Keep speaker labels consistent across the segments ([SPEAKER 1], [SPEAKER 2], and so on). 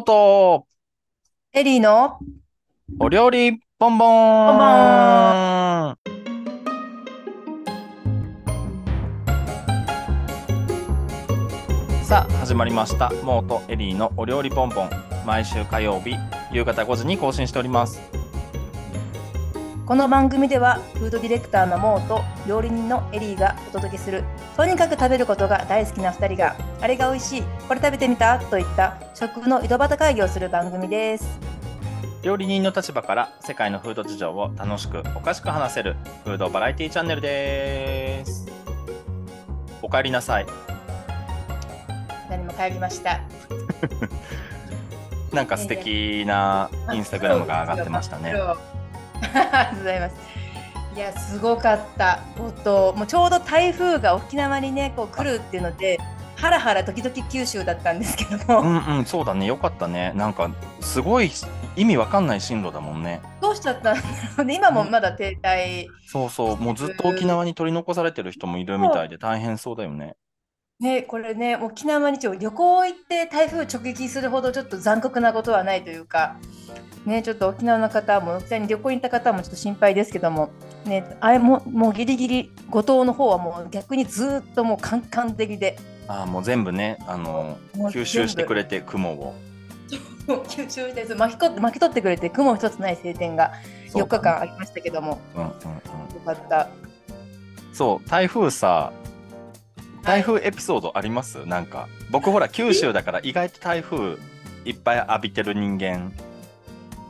[SPEAKER 1] 元
[SPEAKER 2] エリーの
[SPEAKER 1] お料理ボンボ
[SPEAKER 2] ボンボ
[SPEAKER 1] ーンさあ始まりましたモートエリーのお料理ボンボン毎週火曜日夕方5時に更新しております
[SPEAKER 2] この番組ではフードディレクターのモーと料理人のエリーがお届けするとにかく食べることが大好きな2人があれが美味しいこれ食べてみたといった食の井戸端会議をする番組です
[SPEAKER 1] 料理人の立場から世界のフード事情を楽しくおかしく話せるフードバラエティチャンネルですおかえりなさい
[SPEAKER 2] 何も帰りました
[SPEAKER 1] なんか素敵なインスタグラムが上がってましたね
[SPEAKER 2] ありがとうございますいやすごかった本当もうちょうど台風が沖縄にねこう来るっていうのでハラハラ時々九州だったんですけども、
[SPEAKER 1] うんうんそうだねよかったねなんかすごい意味わかんない進路だもんね
[SPEAKER 2] どうしちゃったんだろうね今もまだ停滞
[SPEAKER 1] そうそうもうずっと沖縄に取り残されてる人もいるみたいで大変そうだよね
[SPEAKER 2] ね、これね、沖縄にちょ旅行行って台風直撃するほどちょっと残酷なことはないというか、ね、ちょっと沖縄の方も、沖縄に旅行に行った方もちょっと心配ですけども、ね、あれももうギリギリ、五島の方はもう逆にずーっともうカンカン照りで、
[SPEAKER 1] ああもう全部ねあの
[SPEAKER 2] もう
[SPEAKER 1] 吸収してく
[SPEAKER 2] れ
[SPEAKER 1] れて雲を
[SPEAKER 2] 吸収してそう巻きこ巻き取ってくれて、雲一つない晴天が
[SPEAKER 1] そう
[SPEAKER 2] 4日間ありましたけども、
[SPEAKER 1] うんうんうん
[SPEAKER 2] よかった。
[SPEAKER 1] そう台風さ台風エピソードありますなんか僕ほら九州だから意外と台風いっぱい浴びてる人間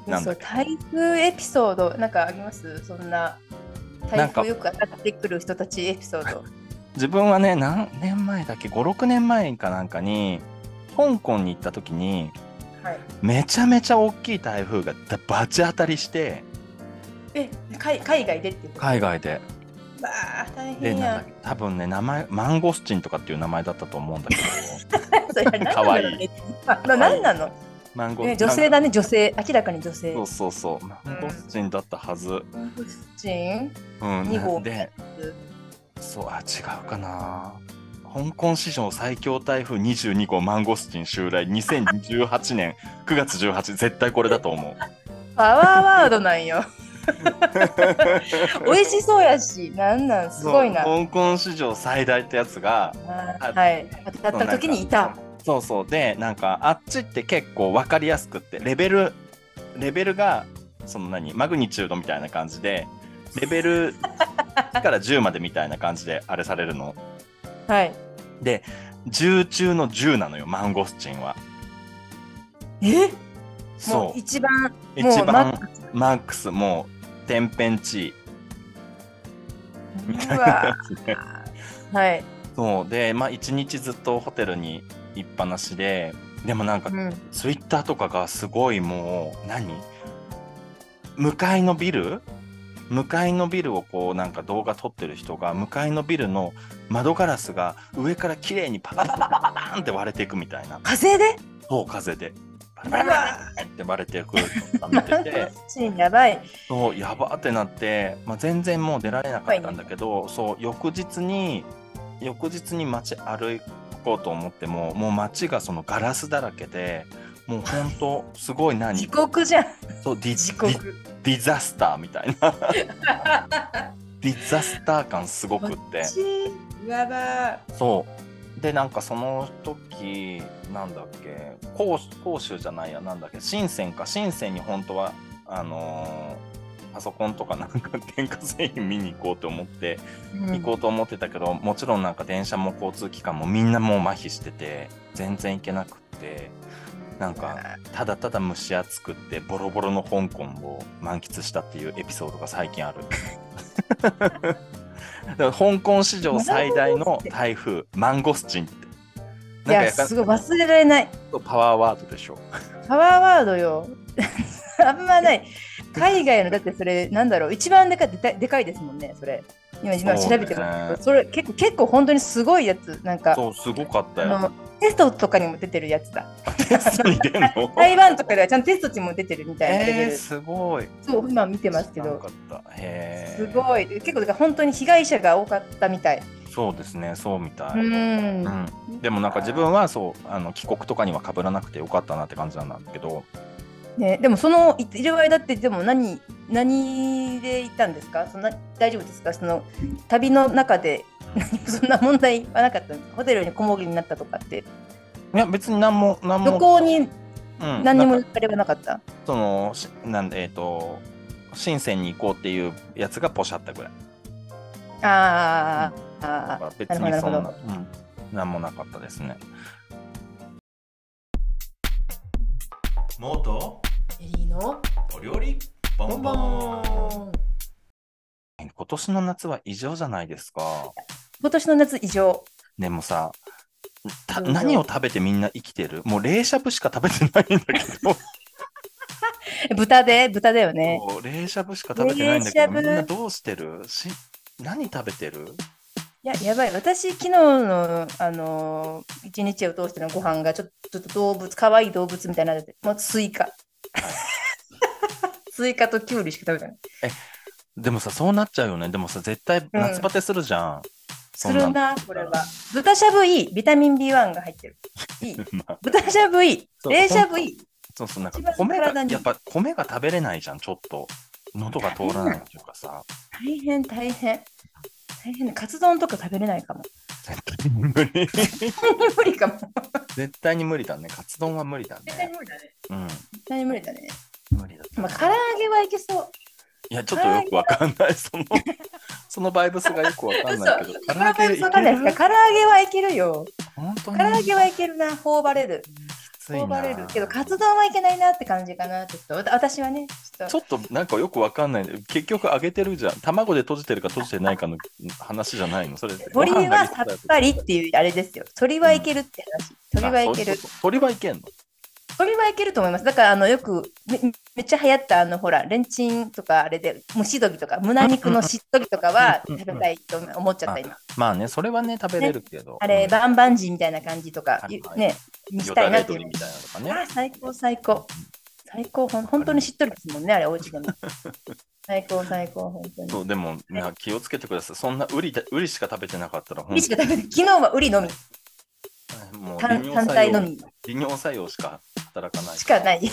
[SPEAKER 1] なんだ
[SPEAKER 2] そう台風エピソード、なんかありますそんな、
[SPEAKER 1] な
[SPEAKER 2] 台
[SPEAKER 1] んか
[SPEAKER 2] 風よく当たってくる人たちエピソ ード。
[SPEAKER 1] 自分はね何年前だっけ56年前かなんかに香港に行った時に
[SPEAKER 2] はい
[SPEAKER 1] めちゃめちゃ大きい台風がだバチ当たりして
[SPEAKER 2] え、海海外でっていうこと
[SPEAKER 1] 海外で
[SPEAKER 2] わあ大
[SPEAKER 1] で
[SPEAKER 2] 変
[SPEAKER 1] なんだ
[SPEAKER 2] や
[SPEAKER 1] っけ多分ね名前マンゴスチンとかっていう名前だったと思うんだけ ど
[SPEAKER 2] ん。
[SPEAKER 1] かわいい
[SPEAKER 2] い。あななんなの？
[SPEAKER 1] マンゴ
[SPEAKER 2] ね女性
[SPEAKER 1] だ
[SPEAKER 2] だね女性明らかに女性。
[SPEAKER 1] そうそうそうマンゴスチンだったはず、
[SPEAKER 2] マンゴスチン
[SPEAKER 1] うん
[SPEAKER 2] 二号
[SPEAKER 1] でそうあ違うかな香港史上最強台風22号マンゴスチン襲来2018年9月18絶対これだと思う
[SPEAKER 2] パワーワードな んよ。美味しそうやし、なんなん すごいな。
[SPEAKER 1] そ
[SPEAKER 2] は
[SPEAKER 1] う香港史上最大ってやつがあ
[SPEAKER 2] い。当たった時にいた。
[SPEAKER 1] そうそうでなんかあっちって結構分かりやすくってレベルレベルがその何マグニチュードみたいな感じでレベル1から10までみたいな感じであれされるの
[SPEAKER 2] はい。
[SPEAKER 1] で10中の10なのよマンゴスチンは
[SPEAKER 2] え？も
[SPEAKER 1] そう
[SPEAKER 2] 一番
[SPEAKER 1] う
[SPEAKER 2] も
[SPEAKER 1] 一
[SPEAKER 2] うマッ
[SPEAKER 1] 番マックスもう天変地異みたいうなや
[SPEAKER 2] わ
[SPEAKER 1] つで
[SPEAKER 2] はい。
[SPEAKER 1] そうでまあ一日ずっとホテルにいっぱなしででもなんか
[SPEAKER 2] うん。
[SPEAKER 1] ツイッターとかがすごいもう何向かいのビル向かいのビルをこうなんか動画撮ってる人が向かいのビルの窓ガラスが上から綺麗にパパパパパパーンって割れていくみたいな
[SPEAKER 2] 風邪で？
[SPEAKER 1] そう風でパラパラパラって割れていくのを見て
[SPEAKER 2] マン
[SPEAKER 1] て
[SPEAKER 2] ゴスチンやばい。
[SPEAKER 1] そうやばってなって、まあ、全然もう出られなかったんだけど、そう翌日に翌日に街歩こうと思ってももう街がそのガラスだらけでもうほんとすごい何
[SPEAKER 2] 地獄じゃん。
[SPEAKER 1] そうディ
[SPEAKER 2] 地
[SPEAKER 1] ディ
[SPEAKER 2] 獄。
[SPEAKER 1] ディザスターみたいな ディザスター感すごく って
[SPEAKER 2] やばい。
[SPEAKER 1] そうでなんかその時なんだっけ広広州じゃないやなんだっけ深センか深センに本当はあのーパソコンとかなんか 電化製品見に行こうと思って、
[SPEAKER 2] うん
[SPEAKER 1] 行こうと思ってたけどもちろんなんか電車も交通機関もみんなもう麻痺してて全然行けなくってなんかただただ蒸し暑くってボロボロの香港を満喫したっていうエピソードが最近 ある。だから香港史上最大の台風マンゴスチンって
[SPEAKER 2] い
[SPEAKER 1] なんか
[SPEAKER 2] や
[SPEAKER 1] やかん
[SPEAKER 2] すごい忘れられない
[SPEAKER 1] パワーワードでしょ
[SPEAKER 2] パワーワードよ あんまない海外のだってそれなんだろう一番でかでかでかいですもんねそれ今今
[SPEAKER 1] そ
[SPEAKER 2] 調
[SPEAKER 1] うね
[SPEAKER 2] べてるそれ結構結構本当にすごいやつなんか
[SPEAKER 1] そうすごかった
[SPEAKER 2] あ
[SPEAKER 1] よ
[SPEAKER 2] のテストとかにも出てるやつだ
[SPEAKER 1] テストに出んの
[SPEAKER 2] 台湾とか ではちゃんとテストにも出てるみたいなレベ
[SPEAKER 1] え
[SPEAKER 2] ル、
[SPEAKER 1] ー、すごい
[SPEAKER 2] そう今見てます
[SPEAKER 1] 知
[SPEAKER 2] け
[SPEAKER 1] らな
[SPEAKER 2] ど
[SPEAKER 1] かったへ
[SPEAKER 2] す
[SPEAKER 1] い
[SPEAKER 2] ごい結構だから本当に被害者が多かったみたい
[SPEAKER 1] そうですねそうみた
[SPEAKER 2] う
[SPEAKER 1] い、
[SPEAKER 2] ん
[SPEAKER 1] う。ん、でもなんか自分はそうあの帰国とかには被らなくてよかったなって感じなんだけど
[SPEAKER 2] ね、でもそのいいる間ってでも何何で行ったんですかそんな大丈夫ですかその旅の中でそんな問題はなかったんですかホテルにこもりになったとかって
[SPEAKER 1] いや別に何も何も
[SPEAKER 2] 旅行に
[SPEAKER 1] うん
[SPEAKER 2] 何にも
[SPEAKER 1] なん
[SPEAKER 2] 行
[SPEAKER 1] か
[SPEAKER 2] かれはなかった
[SPEAKER 1] そのしなんえっ、と深センに行こうっていうやつがポシャったぐらい
[SPEAKER 2] あー
[SPEAKER 1] だか
[SPEAKER 2] あ
[SPEAKER 1] ら別
[SPEAKER 2] ーな
[SPEAKER 1] に
[SPEAKER 2] る
[SPEAKER 1] そ
[SPEAKER 2] ほ
[SPEAKER 1] ん
[SPEAKER 2] ど
[SPEAKER 1] な
[SPEAKER 2] なるほど
[SPEAKER 1] うん、何もなかったですね元
[SPEAKER 2] エリーの
[SPEAKER 1] お料理ボンボン今年の夏は異常じゃないですか
[SPEAKER 2] 今年の夏以上
[SPEAKER 1] でもさた
[SPEAKER 2] 異常
[SPEAKER 1] 何を食べてみんな生きてるもう冷しゃぶしか食べてないんだけど
[SPEAKER 2] え豚で豚だよね
[SPEAKER 1] そう冷しゃぶしか食べてないんだけど
[SPEAKER 2] 冷しゃ
[SPEAKER 1] み
[SPEAKER 2] ぶ
[SPEAKER 1] んなどうしてるし何食べてる
[SPEAKER 2] いややばい私昨日のあのー一日を通してのご飯がちょっとちょっと動物可愛い動物みたいになっててもうス イカスイカとキュウリしか食べてない
[SPEAKER 1] でもさそうなっちゃうよねでもさ絶対夏バテするじゃん、そ
[SPEAKER 2] す
[SPEAKER 1] んな
[SPEAKER 2] る
[SPEAKER 1] ん
[SPEAKER 2] なこれは豚しゃぶいいビタミン B1 が入ってるいい
[SPEAKER 1] まあ
[SPEAKER 2] 豚しゃぶいい
[SPEAKER 1] そう
[SPEAKER 2] 冷しゃぶいい
[SPEAKER 1] そうそうなんか
[SPEAKER 2] 一番
[SPEAKER 1] 米が
[SPEAKER 2] 体に
[SPEAKER 1] やっぱ米が食べれないじゃんちょっと喉が通らないっていうかさ
[SPEAKER 2] 大変大変大変ねカツ丼とか食べれないか も
[SPEAKER 1] 絶対に無理
[SPEAKER 2] 無理かも
[SPEAKER 1] 絶対に無理だねカツ丼は無理だ
[SPEAKER 2] 絶対
[SPEAKER 1] ね
[SPEAKER 2] に無理だね
[SPEAKER 1] うん
[SPEAKER 2] 絶対に無理だね
[SPEAKER 1] 無理だ
[SPEAKER 2] まあ唐揚げはいけそう
[SPEAKER 1] いやちょっとよくわかんないそのそのバイブスがよくわかんない けど
[SPEAKER 2] 唐揚げ
[SPEAKER 1] 唐揚げいける
[SPEAKER 2] 唐揚げはいけるよ
[SPEAKER 1] 本当
[SPEAKER 2] 唐
[SPEAKER 1] に
[SPEAKER 2] 揚げはいけるな頬張れる
[SPEAKER 1] きつ
[SPEAKER 2] 頬
[SPEAKER 1] い
[SPEAKER 2] 張
[SPEAKER 1] な
[SPEAKER 2] れるけどカツ丼はいけないなって感じかなちょっとわた私はねちょっ
[SPEAKER 1] ち
[SPEAKER 2] と
[SPEAKER 1] ょっとなんかよくわかんない結局揚げてるじゃん卵で閉じてるか閉じてないかの話じゃないのそれ
[SPEAKER 2] 鶏
[SPEAKER 1] ご飯が
[SPEAKER 2] は
[SPEAKER 1] できた
[SPEAKER 2] さっ
[SPEAKER 1] ら
[SPEAKER 2] ぱりっていうあれですよ鳥はいけるって話鳥はいけ
[SPEAKER 1] あそうい
[SPEAKER 2] る
[SPEAKER 1] うこと鳥はいけんの
[SPEAKER 2] 鳥はいけると思います。だからあのよくめめっちゃ流行ったあのほらレンチンとかあれで蒸し鶏とか胸肉のしっとりとかは
[SPEAKER 1] うんうんうん
[SPEAKER 2] 食べたいと思っちゃった今。
[SPEAKER 1] まあねそれはね食べれるけど、
[SPEAKER 2] あれ
[SPEAKER 1] うん
[SPEAKER 2] バンバンジーみたいな感じとか、
[SPEAKER 1] はいはい
[SPEAKER 2] ねにし
[SPEAKER 1] よ
[SPEAKER 2] た
[SPEAKER 1] だ
[SPEAKER 2] いな
[SPEAKER 1] れ
[SPEAKER 2] っていう
[SPEAKER 1] 鶏みたいなのとかね
[SPEAKER 2] あー最高最高最高ほん本当にしっとりですもんねあれお家でも最高最高本当に。
[SPEAKER 1] そうでもな気をつけてくださいそんなウリだウリしか食べてなかったらほん
[SPEAKER 2] ウリしか食べて昨日はウリのみ
[SPEAKER 1] もう
[SPEAKER 2] 単
[SPEAKER 1] 利
[SPEAKER 2] 単
[SPEAKER 1] 尿作
[SPEAKER 2] 体の
[SPEAKER 1] 用
[SPEAKER 2] み
[SPEAKER 1] 利尿作用しか働かない、
[SPEAKER 2] しかないい。
[SPEAKER 1] うん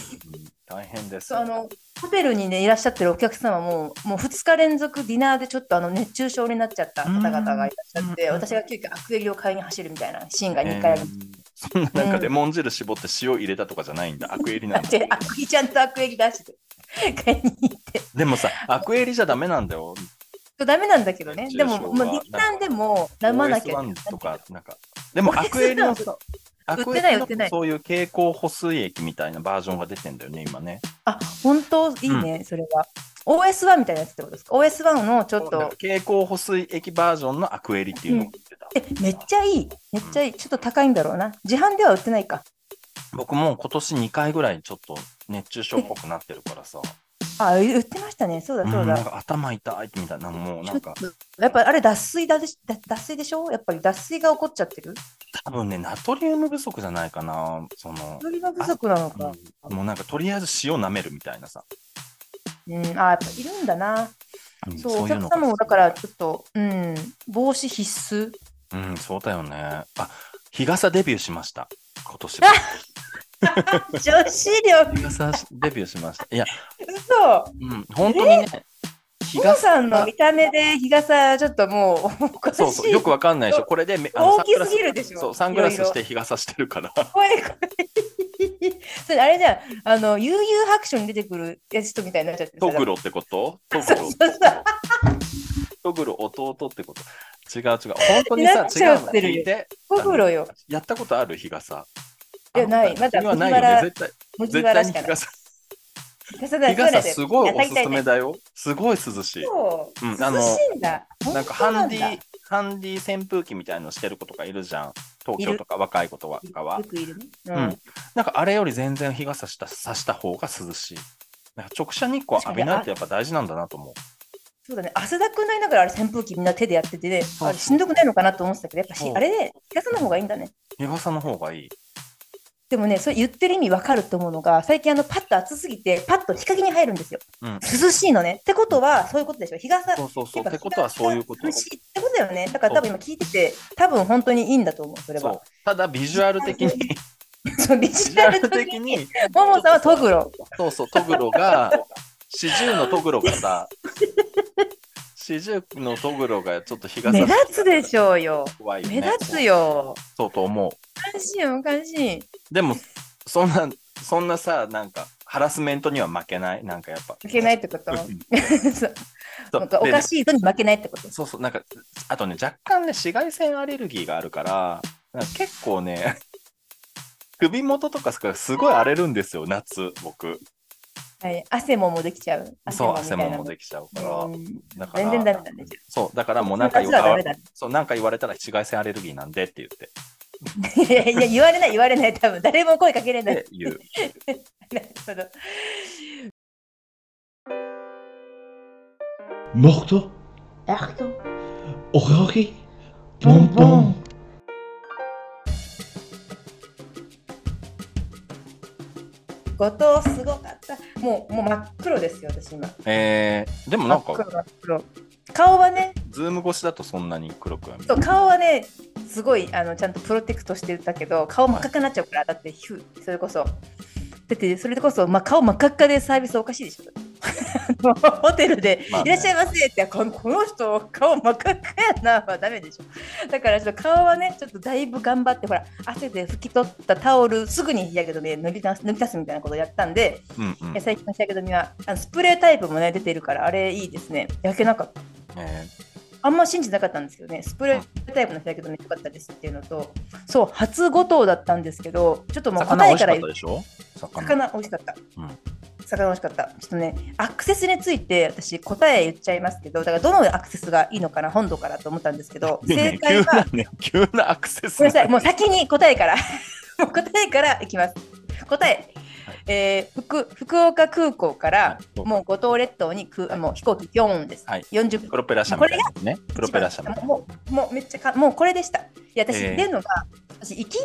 [SPEAKER 1] 大変です
[SPEAKER 2] そうあのホテルにねいらっしゃってるお客様ももう2日連続ディナーでちょっとあの熱中症になっちゃった方々がいらっしゃっ
[SPEAKER 1] う
[SPEAKER 2] て
[SPEAKER 1] ん
[SPEAKER 2] 私が急遽アクエリを買いに走るみたいなシーンが
[SPEAKER 1] えー
[SPEAKER 2] 2回ありま
[SPEAKER 1] そんななんかレモン汁絞って塩入れたとかじゃないんだアクエリなんだ
[SPEAKER 2] した、 でアクエリちゃんとアクエリ出して買いに行って
[SPEAKER 1] でもさアクエリじゃダメなんだよ
[SPEAKER 2] ダメなんだけどね
[SPEAKER 1] 熱
[SPEAKER 2] で
[SPEAKER 1] 中症
[SPEAKER 2] も
[SPEAKER 1] は
[SPEAKER 2] もう一旦でも飲まなきゃ
[SPEAKER 1] OS1 とかなんかでもアクエリのさアクエ
[SPEAKER 2] 売ってない
[SPEAKER 1] リ
[SPEAKER 2] 売ってな
[SPEAKER 1] の
[SPEAKER 2] い
[SPEAKER 1] そういう蛍光補水液みたいなバージョンが出てんだよね今ね
[SPEAKER 2] あ本当いいね、それは OS1 みたいなやつってことですか OS1 のちょっと
[SPEAKER 1] 蛍光補水液バージョンのアクエリっていうのを売ってた、
[SPEAKER 2] えめっちゃいいめっちゃいいちょっと高いんだろうな自販では売ってないか
[SPEAKER 1] 僕もう今年2回ぐらいちょっと熱中症っぽくなってるからさ、
[SPEAKER 2] あ売ってましたねそうだ
[SPEAKER 1] うん
[SPEAKER 2] そうだ、
[SPEAKER 1] なんか頭痛いみたいなもう
[SPEAKER 2] ち
[SPEAKER 1] な
[SPEAKER 2] ょっ
[SPEAKER 1] ん
[SPEAKER 2] と
[SPEAKER 1] か
[SPEAKER 2] やっぱあれ脱水だでしだ脱水でしょやっぱり脱水が起こっちゃってる
[SPEAKER 1] 多分ねナトリウム不足じゃないかなその、
[SPEAKER 2] 鳥が不足なのか。
[SPEAKER 1] うんもうなんかとりあえず塩舐めるみたいなさ、
[SPEAKER 2] うん、あやっぱいるんだな。
[SPEAKER 1] ん
[SPEAKER 2] そう、お
[SPEAKER 1] い
[SPEAKER 2] 客
[SPEAKER 1] のが
[SPEAKER 2] 様もだからちょっと、うん、帽子必須。
[SPEAKER 1] うんそうだよねあ日傘デビューしました今年は
[SPEAKER 2] 女子力、
[SPEAKER 1] 日傘デビューしましたいや、
[SPEAKER 2] 嘘。
[SPEAKER 1] うん、本当にね日
[SPEAKER 2] お母
[SPEAKER 1] 傘
[SPEAKER 2] さんの見た目で日傘ちょっともう、おかしい。
[SPEAKER 1] そうそうよくわかんないでしょこれでめあの
[SPEAKER 2] 大きすぎるでしょ
[SPEAKER 1] そうサングラス
[SPEAKER 2] いろい
[SPEAKER 1] し
[SPEAKER 2] ろ
[SPEAKER 1] て日傘してるから
[SPEAKER 2] 怖い怖い。それあれじゃん、あの、悠々白書に出てくるやつとみたいになっちゃってる
[SPEAKER 1] トグロってことトグ
[SPEAKER 2] そう
[SPEAKER 1] ロ
[SPEAKER 2] そうそう。
[SPEAKER 1] トグロ弟ってこと違う違う本当に
[SPEAKER 2] な
[SPEAKER 1] さ
[SPEAKER 2] っ
[SPEAKER 1] 違
[SPEAKER 2] ちゃ
[SPEAKER 1] うの
[SPEAKER 2] ってるよ
[SPEAKER 1] 聞いて
[SPEAKER 2] トグロよ。
[SPEAKER 1] やったことある日傘
[SPEAKER 2] いやない
[SPEAKER 1] あの
[SPEAKER 2] まだ
[SPEAKER 1] 君はないよ
[SPEAKER 2] 藤
[SPEAKER 1] ね
[SPEAKER 2] 原
[SPEAKER 1] 絶対
[SPEAKER 2] 麦
[SPEAKER 1] 絶
[SPEAKER 2] わら
[SPEAKER 1] 対
[SPEAKER 2] し
[SPEAKER 1] に
[SPEAKER 2] か
[SPEAKER 1] 日
[SPEAKER 2] ない。
[SPEAKER 1] 傘
[SPEAKER 2] 日傘
[SPEAKER 1] 日傘すごいお
[SPEAKER 2] 痛
[SPEAKER 1] すすめだよすごい涼しい
[SPEAKER 2] そう、
[SPEAKER 1] うんあの
[SPEAKER 2] 涼しいんだ。
[SPEAKER 1] なんかハンディハンディ扇風機みたいのしてる子とかいるじゃん東京とか若い子とかは
[SPEAKER 2] よくいるね。う
[SPEAKER 1] うんなんかあれより全然日が差した差した方が涼しいなんか直射日光浴びないってやっぱ大事なんだなと思う
[SPEAKER 2] そうだね、汗だくになりながらあれ扇風機みんな手でやっててね、
[SPEAKER 1] う
[SPEAKER 2] あれしんどくないのかなと思ってたけど、やっぱし
[SPEAKER 1] そう
[SPEAKER 2] あれで、日傘の方がいいんだね。
[SPEAKER 1] 日傘の方がいい
[SPEAKER 2] でもね、それ言ってる意味わかると思うのが、最近あのパッと暑すぎて、パッと日陰に入るんですよ。
[SPEAKER 1] うん
[SPEAKER 2] 涼しいのね。ってことは、そういうことでしょ。日傘、
[SPEAKER 1] そうそうそう。
[SPEAKER 2] や
[SPEAKER 1] っ
[SPEAKER 2] ぱ
[SPEAKER 1] てことはそういうこと
[SPEAKER 2] 涼。しいってことだよね。だから多分今聞いてて、多分本当にいいんだと思う、それ
[SPEAKER 1] そ
[SPEAKER 2] は
[SPEAKER 1] う。ただビジュアル的に、ビ
[SPEAKER 2] そう、ビジ
[SPEAKER 1] ジュ
[SPEAKER 2] ュ
[SPEAKER 1] ア
[SPEAKER 2] ア
[SPEAKER 1] ル
[SPEAKER 2] ル
[SPEAKER 1] 的
[SPEAKER 2] 的に。
[SPEAKER 1] に、
[SPEAKER 2] ももさんはトグロ。
[SPEAKER 1] そうそう、トグロが、四十のトグロがさ、四十のトグロがちょっと日が
[SPEAKER 2] 目立つでしょうよ。
[SPEAKER 1] 怖いよ、
[SPEAKER 2] 目
[SPEAKER 1] ね。
[SPEAKER 2] 立つ。よ。
[SPEAKER 1] そうと思う。
[SPEAKER 2] 関心よ、無関心。
[SPEAKER 1] でも、そんな、そんなさ、なんか、ハラスメントには負けない。なんかやっぱ。
[SPEAKER 2] 負けないってこと
[SPEAKER 1] うん
[SPEAKER 2] そう
[SPEAKER 1] そう
[SPEAKER 2] なんかお
[SPEAKER 1] で
[SPEAKER 2] かしいのに負けないってこと。
[SPEAKER 1] そうそう、なんか、あとね、若干ね、紫外線アレルギーがあるから、なんか結構ね、 首元とかすごい荒れるんですよ、夏、僕。
[SPEAKER 2] はい、汗ももできちゃう。
[SPEAKER 1] そう、
[SPEAKER 2] みた
[SPEAKER 1] 汗
[SPEAKER 2] いな
[SPEAKER 1] ももできちゃうから。
[SPEAKER 2] うん
[SPEAKER 1] だから
[SPEAKER 2] 全然ダメだね。
[SPEAKER 1] そう、だからもうなんか言
[SPEAKER 2] 夏はダ
[SPEAKER 1] わ
[SPEAKER 2] メだね
[SPEAKER 1] そうなんか言われたら紫外線アレルギーなんでって言って。
[SPEAKER 2] いやいや、言われない、言われない、多分誰も声かけれない。
[SPEAKER 1] っていう。
[SPEAKER 2] なるほど
[SPEAKER 3] Morto,
[SPEAKER 4] Achtung,
[SPEAKER 3] Orori,
[SPEAKER 4] Bonbon.
[SPEAKER 3] Bonbon.
[SPEAKER 2] 後藤すごかった。もう、もう真っ黒ですよ、私今。
[SPEAKER 1] えー、でもなんか、
[SPEAKER 2] 真っ黒。顔はね、
[SPEAKER 1] ズーム越しだとそんなに黒くは見え
[SPEAKER 2] そ
[SPEAKER 1] な
[SPEAKER 2] う顔はね、すごいあのちゃんとプロテクトしてたけど、顔真っ赤くなっちゃうから、だってヒュー、それこそ。だって、それでこそ、まあ、顔真っ赤っかでサービスおかしいでしょ。 もうホテルで、
[SPEAKER 1] まあね
[SPEAKER 2] いらっしゃいませって、このこの人、顔真っ赤っかやな、はダメでしょ。だから、ちょっと顔はね、ちょっとだいぶ頑張って、ほら、汗で拭き取ったタオル、すぐに日焼け止め塗り出す塗り出すみたいなことをやったんで、
[SPEAKER 1] い。うんうん
[SPEAKER 2] え。最近の日焼け止めはあのスプレータイプもね出てるからあれいいですね焼けなかった
[SPEAKER 1] え
[SPEAKER 2] あんま信じなかったんですけどねスプレータイプの日焼け止め良かったですっていうのとそう初五島だったんですけどちょっと
[SPEAKER 1] ー、
[SPEAKER 2] もう
[SPEAKER 1] 魚美
[SPEAKER 2] 答え
[SPEAKER 1] 味し
[SPEAKER 2] か
[SPEAKER 1] からっ
[SPEAKER 2] 言
[SPEAKER 1] た
[SPEAKER 2] う
[SPEAKER 1] でしょ魚。
[SPEAKER 2] 魚美味しかった、
[SPEAKER 1] うん
[SPEAKER 2] 魚美味しかったちょっとねアクセスについて私答え言っちゃいますけどだからどのアクセスがいいのかな本土からと思ったんですけど
[SPEAKER 1] ね
[SPEAKER 2] 正
[SPEAKER 1] ね
[SPEAKER 2] 解 は
[SPEAKER 1] 急なね、急なアクセス。
[SPEAKER 2] ごめんなさい、もう先に答えから。 もう答えからいきます。答え、
[SPEAKER 1] はい
[SPEAKER 2] えー福福岡空港から、
[SPEAKER 1] はい
[SPEAKER 2] もう五島列島にく、
[SPEAKER 1] はい
[SPEAKER 2] もう飛行機ピョーンです。
[SPEAKER 1] はい
[SPEAKER 2] 40分。
[SPEAKER 1] プロペラ車みたいなね。プロペラ車みたいな。
[SPEAKER 2] もうもうめっちゃかもうこれでした。いや私、
[SPEAKER 1] えー
[SPEAKER 2] 出るのが私行き道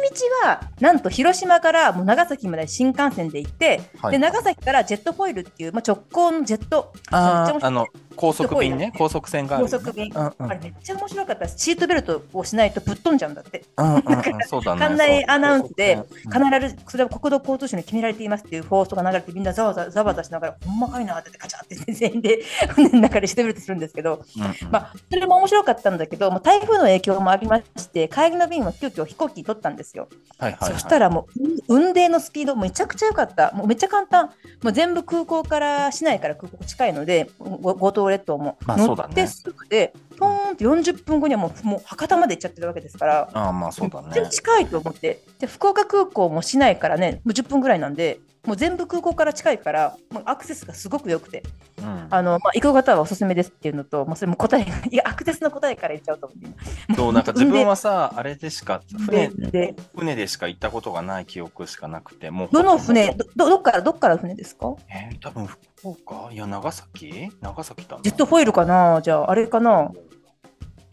[SPEAKER 2] はなんと広島からもう長崎まで新幹線で行って、
[SPEAKER 1] はい
[SPEAKER 2] で長崎からジェットフォイルっていう、まあ、直行のジェット
[SPEAKER 1] あ
[SPEAKER 2] めっち
[SPEAKER 1] あ、
[SPEAKER 2] ゃ
[SPEAKER 1] あの、高速便
[SPEAKER 2] すごい
[SPEAKER 1] ね。高速線がある、
[SPEAKER 2] 高
[SPEAKER 1] ね。
[SPEAKER 2] 速便、
[SPEAKER 1] うんうん
[SPEAKER 2] あれめっちゃ面白かったですシートベルトをしないとぶっ飛んじゃうんだって。
[SPEAKER 1] うんうんうん、 そうだね。
[SPEAKER 2] 館内アナウンスで
[SPEAKER 1] そうそうそう、
[SPEAKER 2] 必ずそれは国土交通省に決められていますっていう放送が流れてみんなざわざわざわざわしながらほんまかいなってカチャって全員で中でしてみるとするんですけど、
[SPEAKER 1] うんうん
[SPEAKER 2] まあ、それも面白かったんだけどもう台風の影響もありまして帰りの便は急遽飛行機に取ったんですよ、
[SPEAKER 1] はいはいはい、
[SPEAKER 2] そしたらもう運運転のスピードめちゃくちゃ良かったもうめっちゃ簡単もう全部空港から市内から空港近いのでご五島列島も、
[SPEAKER 1] まあ
[SPEAKER 2] 乗
[SPEAKER 1] そうだ
[SPEAKER 2] っ
[SPEAKER 1] ね
[SPEAKER 2] てすぐでポーンって40分後にはもうもう博多まで行っちゃってるわけですから。
[SPEAKER 1] ああ、まあそうだ
[SPEAKER 2] めっち
[SPEAKER 1] ね
[SPEAKER 2] ゃ。近いと思ってで福岡空港も市内からねもう10分ぐらいなんでもう全部空港から近いからもうアクセスがすごく良くて
[SPEAKER 1] うん
[SPEAKER 2] あの、まあ、行く方はおすすめですっていうのと、まあ、それも答えがいやアクセスの答えから言っちゃおうと思って
[SPEAKER 1] そう、なんか自分はさ、あれでしか、船、
[SPEAKER 2] 船で
[SPEAKER 1] 船でしか行ったことがない記憶しかなくて、もう。
[SPEAKER 2] どの船どどどっからどっから船ですか
[SPEAKER 1] えー、多分福岡いや、長崎長崎だな。
[SPEAKER 2] ジェットフォイルかなじゃああれかな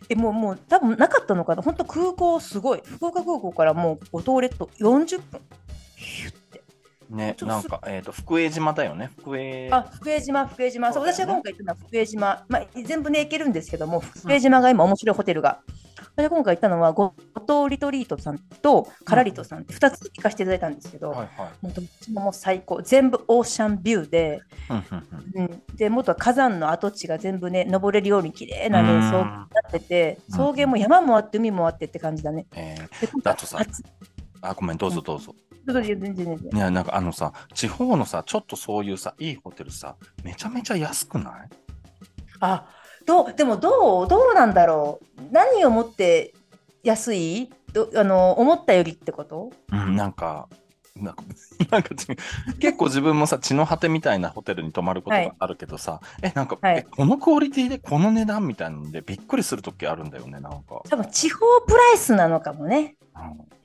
[SPEAKER 2] えもうもう多分なかったのかな本当空港すごい福岡空港からもう五島列島40分ヒュッて
[SPEAKER 1] ね、
[SPEAKER 2] ちょっと
[SPEAKER 1] なんか、えっ、と、福江島だよね。福江。
[SPEAKER 2] あ福江島、福江島、そう
[SPEAKER 1] そうだよ
[SPEAKER 2] 私
[SPEAKER 1] ね
[SPEAKER 2] が今回行ったのは福江島、まあ、全部ね、行けるんですけども、福江島が今、面白いホテルが。私が今回行ったのは、五島リトリートさんとカラリトさんって2つ行かせていただいたんですけど、
[SPEAKER 1] はいはい。
[SPEAKER 2] もうどっちももう最高、全部オーシャンビューで、
[SPEAKER 1] うんうんうん
[SPEAKER 2] うん、で元は火山の跡地が全部ね、登れるように綺麗
[SPEAKER 1] う
[SPEAKER 2] なね、
[SPEAKER 1] ん
[SPEAKER 2] そうなってて、
[SPEAKER 1] うん
[SPEAKER 2] 草原も山もあって、海もあってって感じだね。
[SPEAKER 1] えー、
[SPEAKER 2] で今
[SPEAKER 1] だ
[SPEAKER 2] 回
[SPEAKER 1] とさ
[SPEAKER 2] 初ち
[SPEAKER 1] あ、ごめん、どうぞどうぞ。
[SPEAKER 2] ょっと全然全然
[SPEAKER 1] いや、なんかあのさ、地方のさ、ちょっとそういうさ、いいホテルさ、めちゃめちゃ安くない
[SPEAKER 2] あどうでもどうどうなんだろう何をもって安いどあの思ったよりってこと
[SPEAKER 1] うん、なんか、なんか、 なんか違う結構自分もさ、地の果てみたいなホテルに泊まること
[SPEAKER 2] はい
[SPEAKER 1] があるけどさ、え、なんか、
[SPEAKER 2] はい
[SPEAKER 1] えこのクオリティでこの値段みたいなんでびっくりするときあるんだよね、なんか。
[SPEAKER 2] 多分地方プライスなのかもね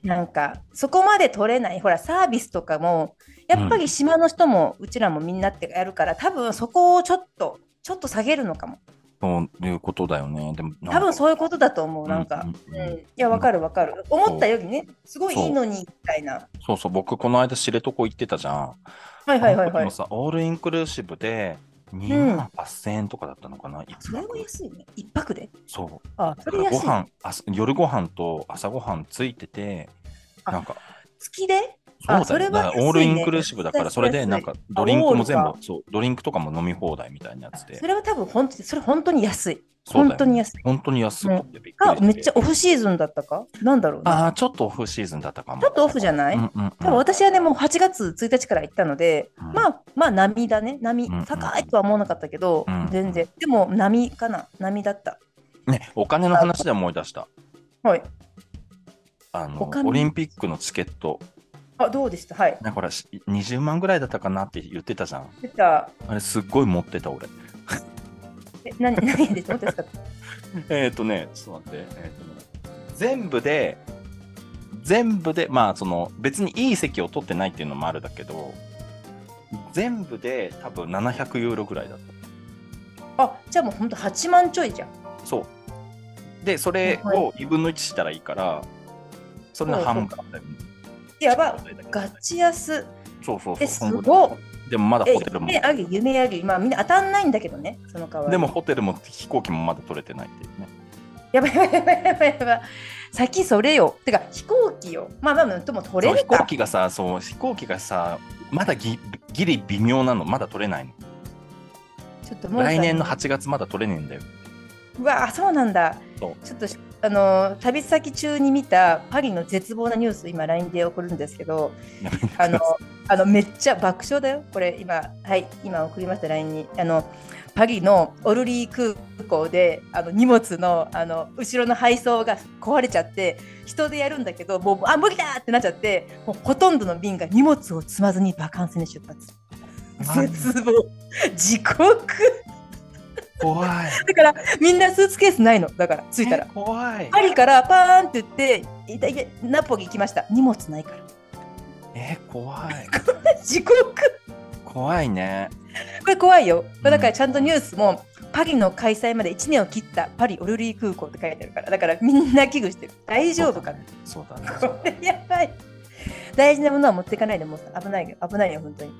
[SPEAKER 1] うん
[SPEAKER 2] なんかそこまで取れないほらサービスとかもやっぱり島の人も、うちらもみんなってやるから多分そこをちょっとちょっと下げるのかも
[SPEAKER 1] そういうことだよね。でもなんか
[SPEAKER 2] 多分そういうことだと思う、なんか。
[SPEAKER 1] う
[SPEAKER 2] うん
[SPEAKER 1] うんうん
[SPEAKER 2] いや、わかるわかる。思ったよりね、すごいいいのに、みたいな。
[SPEAKER 1] そうそう、僕この間知床行ってたじゃん。
[SPEAKER 2] はいはいはい
[SPEAKER 1] あの時
[SPEAKER 2] は
[SPEAKER 1] も
[SPEAKER 2] い。
[SPEAKER 1] さ、オールインクルーシブで2万8000円とかだったのかな、一
[SPEAKER 2] それも
[SPEAKER 1] 泊。
[SPEAKER 2] 安いね。一泊で。
[SPEAKER 1] そう。
[SPEAKER 2] あ、そ
[SPEAKER 1] だか
[SPEAKER 2] れ
[SPEAKER 1] らご
[SPEAKER 2] 安い。
[SPEAKER 1] 飯あ夜ご飯と朝ご飯ついてて、
[SPEAKER 2] あ
[SPEAKER 1] なんか、
[SPEAKER 2] 月で
[SPEAKER 1] そうだよ
[SPEAKER 2] あそれは
[SPEAKER 1] だか
[SPEAKER 2] 安い
[SPEAKER 1] ら
[SPEAKER 2] ね
[SPEAKER 1] オールインクルーシブだから、
[SPEAKER 2] 安い
[SPEAKER 1] それでなんかドリンクも全
[SPEAKER 2] あオール
[SPEAKER 1] 部、そう、ドリンクとかも飲み放題みたいなやつで
[SPEAKER 2] そ、れは多分本当に、それ本当に安い。
[SPEAKER 1] そうだよ
[SPEAKER 2] 本当に安い。
[SPEAKER 1] 本当に安くてびっく
[SPEAKER 2] が
[SPEAKER 1] りして。
[SPEAKER 2] めっちゃオフシーズンだったかなんだろうね。
[SPEAKER 1] ああ、ちょっとオフシーズンだったかも。
[SPEAKER 2] ちょっとオフじゃない、
[SPEAKER 1] うんうんうん
[SPEAKER 2] 多分私はね、もう8月1日から行ったので、
[SPEAKER 1] うん
[SPEAKER 2] まあ、まあ、波だね、波
[SPEAKER 1] うんうん、
[SPEAKER 2] 高いとは思わなかったけど、
[SPEAKER 1] うん
[SPEAKER 2] 全然。でも、波かな、波だった。
[SPEAKER 1] ね、お金の話で思い出した。
[SPEAKER 2] はい。
[SPEAKER 1] あの
[SPEAKER 2] お金
[SPEAKER 1] オリンピックのチケット、
[SPEAKER 2] あ、どうでしたはい。
[SPEAKER 1] なんかこれし20万ぐらいだったかなって言ってたじゃん。
[SPEAKER 2] 出た。
[SPEAKER 1] あれ、すっごい持ってた俺。
[SPEAKER 2] え、何、 何で、どうですか
[SPEAKER 1] えっ、とね、ちょっと待って、えーとね全部で、全部で、まあ、その、別にいい席を取ってないっていうのもあるだけど、全部で多分700ユーロぐらいだっ
[SPEAKER 2] あ、じゃあもう本当8万ちょいじゃん。
[SPEAKER 1] た。そう。で、それを2分の1したらいいから、それの半分だよね。
[SPEAKER 2] やば、ガチ安。
[SPEAKER 1] そうそうそう。
[SPEAKER 2] え、すごっ。
[SPEAKER 1] でもまだ
[SPEAKER 2] え
[SPEAKER 1] ホテルも
[SPEAKER 2] 夢。あり、夢あり。まあ、みんな当たんないんだけどね、その代わり。
[SPEAKER 1] でも、ホテルも飛行機もまだ取れてないっていうね。
[SPEAKER 2] やばいやばいやばいやばいやばい。先それよ。てか、飛行機よ。まあまあまあ、でも取れ
[SPEAKER 1] そう
[SPEAKER 2] る
[SPEAKER 1] 飛行
[SPEAKER 2] か。
[SPEAKER 1] 機がさ、そう飛行機がさ、まだぎギリ微妙なの、まだ取れないの。
[SPEAKER 2] ちょっともうさ
[SPEAKER 1] 来年の8月まだ取れねえんだよ。
[SPEAKER 2] うわあそうなんだ
[SPEAKER 1] そう
[SPEAKER 2] ちょっとあの旅先中に見たパリの絶望なニュース今 LINE で送るんですけど
[SPEAKER 1] やめて
[SPEAKER 2] あのあのめっちゃ爆笑だよこれ今はい今送りました LINE にあのパリのオルリー空港であの荷物のあの後ろの配送が壊れちゃって人でやるんだけどもうあ無理だってなっちゃってもうほとんどの便が荷物を積まずにバカンスに出発
[SPEAKER 1] なん
[SPEAKER 2] 絶望地獄
[SPEAKER 1] 怖い。
[SPEAKER 2] だからみんなスーツケースないのだから着いたら
[SPEAKER 1] え。怖い。
[SPEAKER 2] パリからパーンって言っていたいナポリ行きました荷物ないから
[SPEAKER 1] え、怖い。
[SPEAKER 2] 地獄
[SPEAKER 1] 怖いね。
[SPEAKER 2] これ怖いよ
[SPEAKER 1] うん
[SPEAKER 2] だからちゃんとニュースもパリの開催まで1年を切ったパリオルリー空港って書いてあるからだからみんな危惧してる大丈夫かな
[SPEAKER 1] そうだね。
[SPEAKER 2] これやばい大事なものは持っていかないでもう危ないよ危ないよ本当に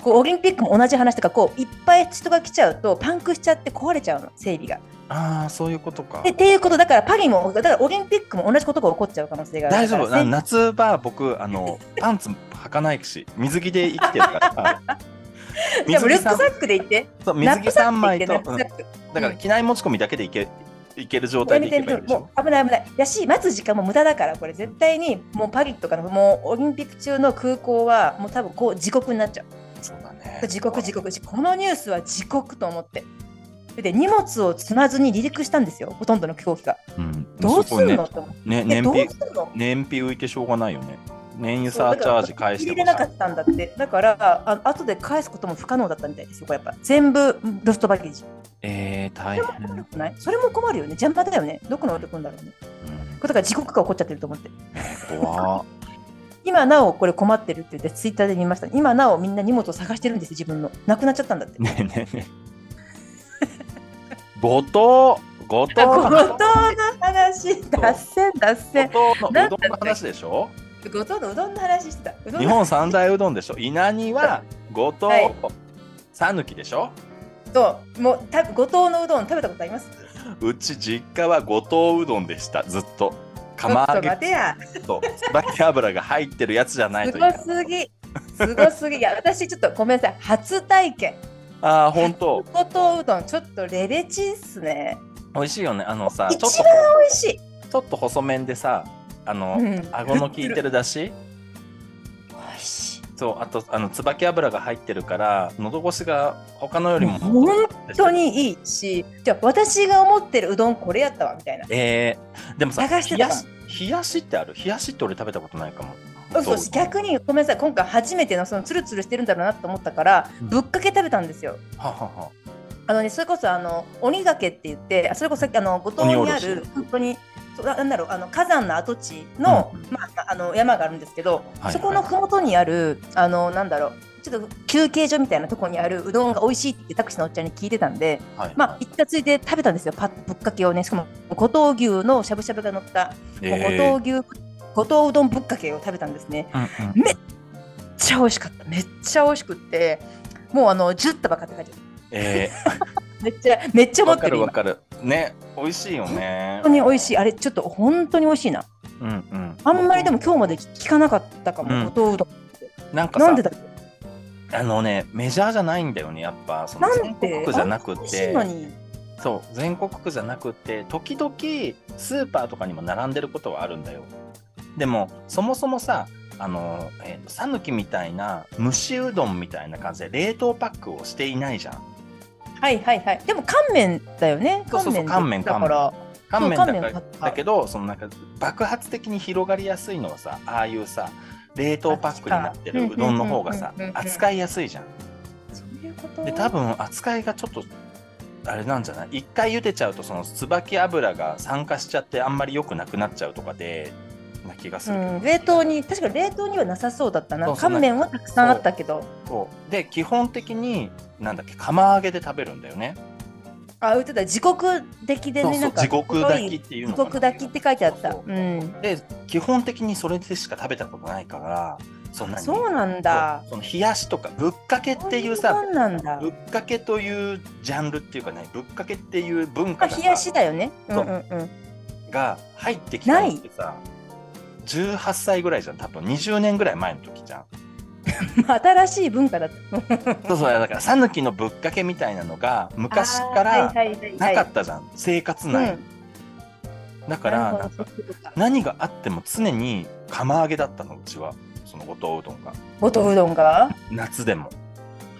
[SPEAKER 2] こうオリンピックも同じ話とかこういっぱい人が来ちゃうとパンクしちゃって壊れちゃうの整備が
[SPEAKER 1] ああ、そういうことか
[SPEAKER 2] で。っていうことだからパリもだからオリンピックも同じことが起こっちゃう可能性がある
[SPEAKER 1] 大丈
[SPEAKER 2] だ
[SPEAKER 1] 夫。
[SPEAKER 2] から
[SPEAKER 1] な夏場、僕、あの、パンツ履かないし、水着で生きてるから。
[SPEAKER 2] でもルックサ
[SPEAKER 1] 三
[SPEAKER 2] ックで行って
[SPEAKER 1] そう水着3枚と、
[SPEAKER 2] ナ
[SPEAKER 1] う
[SPEAKER 2] ップサ
[SPEAKER 1] ん
[SPEAKER 2] ッ
[SPEAKER 1] だ
[SPEAKER 2] クって言ってナップサッ
[SPEAKER 1] か
[SPEAKER 2] ク
[SPEAKER 1] ら機内持ち込みだけでいけいける状
[SPEAKER 2] や
[SPEAKER 1] 態で
[SPEAKER 2] め
[SPEAKER 1] いけ
[SPEAKER 2] て
[SPEAKER 1] ばいい
[SPEAKER 2] る
[SPEAKER 1] でし
[SPEAKER 2] も
[SPEAKER 1] ょ。
[SPEAKER 2] う危ない危ない。やし、待つ時間も無駄だから、これ絶対にもうパリとかのもうオリンピック中の空港はもう多分こう地獄になっちゃ
[SPEAKER 1] そうだね
[SPEAKER 2] う。地獄地。獄地獄このニュースは地獄と思って。で荷物を積まずに離陸したんですよ、ほとんどの飛行機が。
[SPEAKER 1] うん。
[SPEAKER 2] どうす
[SPEAKER 1] ごい
[SPEAKER 2] ん
[SPEAKER 1] ね
[SPEAKER 2] のと思って。
[SPEAKER 1] ね、燃
[SPEAKER 2] えどう
[SPEAKER 1] 費、
[SPEAKER 2] すんの
[SPEAKER 1] 燃費浮いてしょうがないよね。燃油サーチャージ返してほ
[SPEAKER 2] 入れ
[SPEAKER 1] し
[SPEAKER 2] なかっ
[SPEAKER 1] い。
[SPEAKER 2] たんだって。だから、あ後で返すことも不可能だったみたいですよ、これやっぱ。全部ロストバゲージ。
[SPEAKER 1] えー、
[SPEAKER 2] そ
[SPEAKER 1] 大
[SPEAKER 2] れも
[SPEAKER 1] 変
[SPEAKER 2] 困。るないそれも困るよね。邪魔だよね。どこの男だろうね。
[SPEAKER 1] うん
[SPEAKER 2] だから地獄が起こっちゃってると思って。
[SPEAKER 1] 怖っ
[SPEAKER 2] 今なおこれ困ってるって言ってツイッターで見ました今なおみんな荷物を探してるんですよ自分のなくなっちゃったんだって
[SPEAKER 1] ねえねえねえ。後藤後藤
[SPEAKER 2] あ後
[SPEAKER 1] 後
[SPEAKER 2] 藤の話 脱線脱線
[SPEAKER 1] 藤のうどんの話でしょ
[SPEAKER 2] 後藤のうどんの話してたうどん
[SPEAKER 1] 日本三大うどんでしょ稲荷は後藤
[SPEAKER 2] はい
[SPEAKER 1] さぬきでしょ
[SPEAKER 2] ともうた後藤のうどん食べたことあります
[SPEAKER 1] うち実家は後藤うどんでしたずっと
[SPEAKER 2] ちょ
[SPEAKER 1] 釜
[SPEAKER 2] っ
[SPEAKER 1] 揚
[SPEAKER 2] と
[SPEAKER 1] げ
[SPEAKER 2] 待てや
[SPEAKER 1] と椿油が入ってるやつじゃない
[SPEAKER 2] す
[SPEAKER 1] とい
[SPEAKER 2] ご
[SPEAKER 1] け
[SPEAKER 2] すぎすごすぎいや私ちょっとごめんなさい初体験
[SPEAKER 1] ああ本当
[SPEAKER 2] 後藤うどんちょっとレベチっすね
[SPEAKER 1] 美味しいよねあのさちょっ
[SPEAKER 2] 一番美味しい、
[SPEAKER 1] とちょっと細麺でさあの、
[SPEAKER 2] うん、
[SPEAKER 1] 顎の効いてるだし
[SPEAKER 2] 美味しい
[SPEAKER 1] そうあとあの椿油が入ってるから喉越しが他のよりも
[SPEAKER 2] 本当にいいしじゃあ私が思ってるうどんこれやったわみたいな
[SPEAKER 1] えー、でもさ、
[SPEAKER 2] 探して
[SPEAKER 1] 冷
[SPEAKER 2] た
[SPEAKER 1] や
[SPEAKER 2] か
[SPEAKER 1] し冷やしってある冷やしって俺食べたことないかも。
[SPEAKER 2] そうです逆にごめんなさい今回初めてのそのツルツルしてるんだろうなと思ったから、
[SPEAKER 1] うん
[SPEAKER 2] ぶっかけ食べたんですよ
[SPEAKER 1] ははは
[SPEAKER 2] あのねそれこそあの鬼崖って言ってあそれこそあの五島にあ
[SPEAKER 1] 鬼おろ
[SPEAKER 2] る
[SPEAKER 1] し
[SPEAKER 2] 本当にそうななんだろうあの火山の跡地の,、
[SPEAKER 1] うん
[SPEAKER 2] まあ、あの山があるんですけど、
[SPEAKER 1] はい
[SPEAKER 2] そこの麓にあるあのなんだろうちょっと休憩所みたいなとこにあるうどんが美味しいってタクシーのおっちゃんに聞いてたんで、
[SPEAKER 1] はい
[SPEAKER 2] まあ、行ったついで食べたんですよ、パッぶっかけをね、しかも五島牛のしゃぶしゃぶが乗った、もう
[SPEAKER 1] えー
[SPEAKER 2] 五島牛、五島うどんぶっかけを食べたんですね。
[SPEAKER 1] うんうん
[SPEAKER 2] めっちゃ美味しかった、めっちゃ美味しくって、もうあの10束買って帰っちゃっ
[SPEAKER 1] え
[SPEAKER 2] た。めっちゃ、めっちゃ
[SPEAKER 1] ー、
[SPEAKER 2] 持
[SPEAKER 1] わ
[SPEAKER 2] って
[SPEAKER 1] か
[SPEAKER 2] る、
[SPEAKER 1] る
[SPEAKER 2] 今
[SPEAKER 1] わかる。ね、美味しいよね
[SPEAKER 2] 本当。に美味しい、あれ、ちょっと本当に美味しいな。
[SPEAKER 1] うんうん。
[SPEAKER 2] あんまりでも今日まで聞かなかったか
[SPEAKER 1] うん
[SPEAKER 2] も、五島うどん。
[SPEAKER 1] なんかさ
[SPEAKER 2] なんでだっけ
[SPEAKER 1] あのね、メジャーじゃないんだよね、やっぱ。その
[SPEAKER 2] なん
[SPEAKER 1] 全国
[SPEAKER 2] で
[SPEAKER 1] 区じゃなく
[SPEAKER 2] 美味しい
[SPEAKER 1] て
[SPEAKER 2] の。に。
[SPEAKER 1] そう、全国区じゃなくて、時々スーパーとかにも並んでることはあるんだよ。でも、そもそもさ、あの、えー、さぬきみたいな蒸しうどんみたいな感じで冷凍パックをしていないじゃん。
[SPEAKER 2] はいはいはい。でも乾麺だよね。
[SPEAKER 1] そうそうそう
[SPEAKER 2] 乾麺だ
[SPEAKER 1] 乾
[SPEAKER 2] か
[SPEAKER 1] 麺
[SPEAKER 2] ら。
[SPEAKER 1] 乾麺だから
[SPEAKER 2] そう乾麺買った
[SPEAKER 1] だけど、そのなんか爆発的に広がりやすいのはさ、ああいうさ、冷凍パックになってるうどんの方がさ
[SPEAKER 2] うんうんうんうんうんうんう、ん
[SPEAKER 1] 扱いやすいじゃん。
[SPEAKER 2] そういうこと。
[SPEAKER 1] で多分扱いがちょっとあれなんじゃない一回茹でちゃうとその椿油が酸化しちゃってあんまり良くなくなっちゃうとかでな気がす
[SPEAKER 2] う
[SPEAKER 1] るけど、
[SPEAKER 2] ん、冷凍に確か冷凍にはなさそうだった
[SPEAKER 1] そ
[SPEAKER 2] な
[SPEAKER 1] うそう
[SPEAKER 2] 乾麺はたくさんあったけど
[SPEAKER 1] そうで基本的になんだっけ釜揚げで食べるんだよね
[SPEAKER 2] あ言ってた時刻炊きで
[SPEAKER 1] そう
[SPEAKER 2] ね
[SPEAKER 1] そ
[SPEAKER 2] なん
[SPEAKER 1] う
[SPEAKER 2] か
[SPEAKER 1] 地獄炊きっていう
[SPEAKER 2] 時
[SPEAKER 1] のかな
[SPEAKER 2] 刻炊きって書いてあった
[SPEAKER 1] そうそう
[SPEAKER 2] うん
[SPEAKER 1] で基本的にそれでしか食べたことないからそんなに
[SPEAKER 2] そうなんだ
[SPEAKER 1] そうその冷やしとかぶっかけっていう
[SPEAKER 2] そ
[SPEAKER 1] さ
[SPEAKER 2] ういうもんなんだ
[SPEAKER 1] ぶっかけというジャンルっていうかねぶっかけっていう文
[SPEAKER 2] ま
[SPEAKER 1] 化
[SPEAKER 2] あ
[SPEAKER 1] が
[SPEAKER 2] 冷
[SPEAKER 1] さ
[SPEAKER 2] やしだよねうん
[SPEAKER 1] そう
[SPEAKER 2] うんうん
[SPEAKER 1] が入ってきたのってさ18歳ぐらいじゃん多分20年ぐらい前の時じゃん
[SPEAKER 2] 新しい文化だった
[SPEAKER 1] そうそうだから讃岐のぶっかけみたいなのが昔からなかったじゃん、生活内、だ
[SPEAKER 2] た
[SPEAKER 1] からなんか何があっても常に釜揚げだったのうちはそのご当うどんが
[SPEAKER 2] ごとうどんが
[SPEAKER 1] 夏でも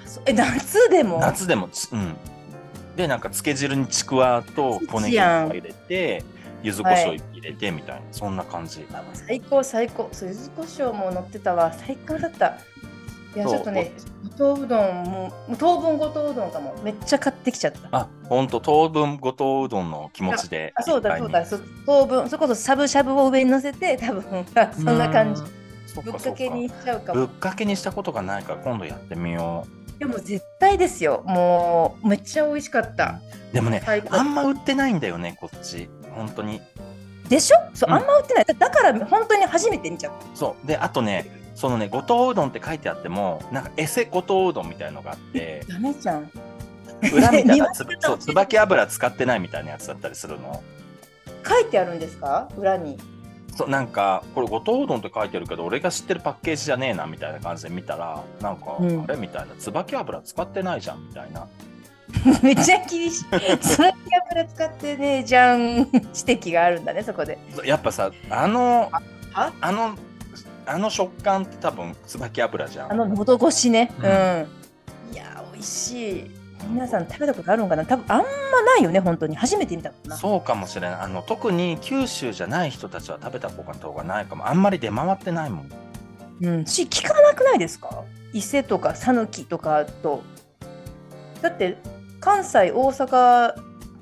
[SPEAKER 2] そうえ夏でも
[SPEAKER 1] 夏でもつうんでなんか漬け汁にちくわと骨肉と
[SPEAKER 2] いいじ
[SPEAKER 1] か
[SPEAKER 2] ゃん
[SPEAKER 1] 入れて柚子胡椒入れてみたいな、そんな感じ
[SPEAKER 2] 最高最高そう柚子胡椒も乗ってたわ最高だったいや
[SPEAKER 1] そう
[SPEAKER 2] ちょっとねごとうどんももう当分ごとうどんかもめっちゃ買ってきちゃった
[SPEAKER 1] あほんと当分ご当うどんの気持ちで
[SPEAKER 2] あそう
[SPEAKER 1] いっぱ
[SPEAKER 2] だ
[SPEAKER 1] い
[SPEAKER 2] そ
[SPEAKER 1] に
[SPEAKER 2] うだそう当分それこそしゃぶしゃぶを上に乗せて 多分そんな感じ
[SPEAKER 1] うーん。そ
[SPEAKER 2] ぶっ
[SPEAKER 1] かそ
[SPEAKER 2] かけにしちゃうか
[SPEAKER 1] ぶっ
[SPEAKER 2] も
[SPEAKER 1] かけにしたことがないから今度やってみよ
[SPEAKER 2] でも絶対ですよもうめっちゃ美味しかった
[SPEAKER 1] う。でもね、
[SPEAKER 2] 最高
[SPEAKER 1] あんま売ってないんだよね、こっち。本当に。
[SPEAKER 2] でしょそう、
[SPEAKER 1] うん
[SPEAKER 2] あんま売ってないだだから本当に初めて見ちゃった
[SPEAKER 1] そう。で、あとね、そのね、ご当うどんって書いてあっても、なんかエセご当うどんみたいのがあ って、
[SPEAKER 2] ダメじゃん
[SPEAKER 1] 裏見たらつ
[SPEAKER 2] 見ました
[SPEAKER 1] そう、椿油使ってないみたいなやつだったりするの。
[SPEAKER 2] 書いてあるんですか裏 に
[SPEAKER 1] そう、なんか、これご当うどんって書いてるけど、俺が知ってるパッケージじゃねえなみたいな感じで見たら、なんか、
[SPEAKER 2] うん
[SPEAKER 1] あれみたいな、椿油使ってないじゃんみたいな。
[SPEAKER 2] めっちゃ厳しい。それ油使ってね、じゃん、指摘があるんだね、そこで。
[SPEAKER 1] そうやっぱさ、あの、
[SPEAKER 2] あ
[SPEAKER 1] あの、あの食感って多分、椿油じゃん。
[SPEAKER 2] あの喉越しね。
[SPEAKER 1] うん
[SPEAKER 2] うん。いやー、美味しい。皆さん食べたことあるんかな多分あんまないよね、本当に。初めて見たかな。
[SPEAKER 1] そうかもしれないあの特に九州じゃない人たちは食べたことがないかもあんまり出回ってないもん
[SPEAKER 2] うん。し、聞かなくないですか伊勢とか讃岐とかと。だって、関西、大阪、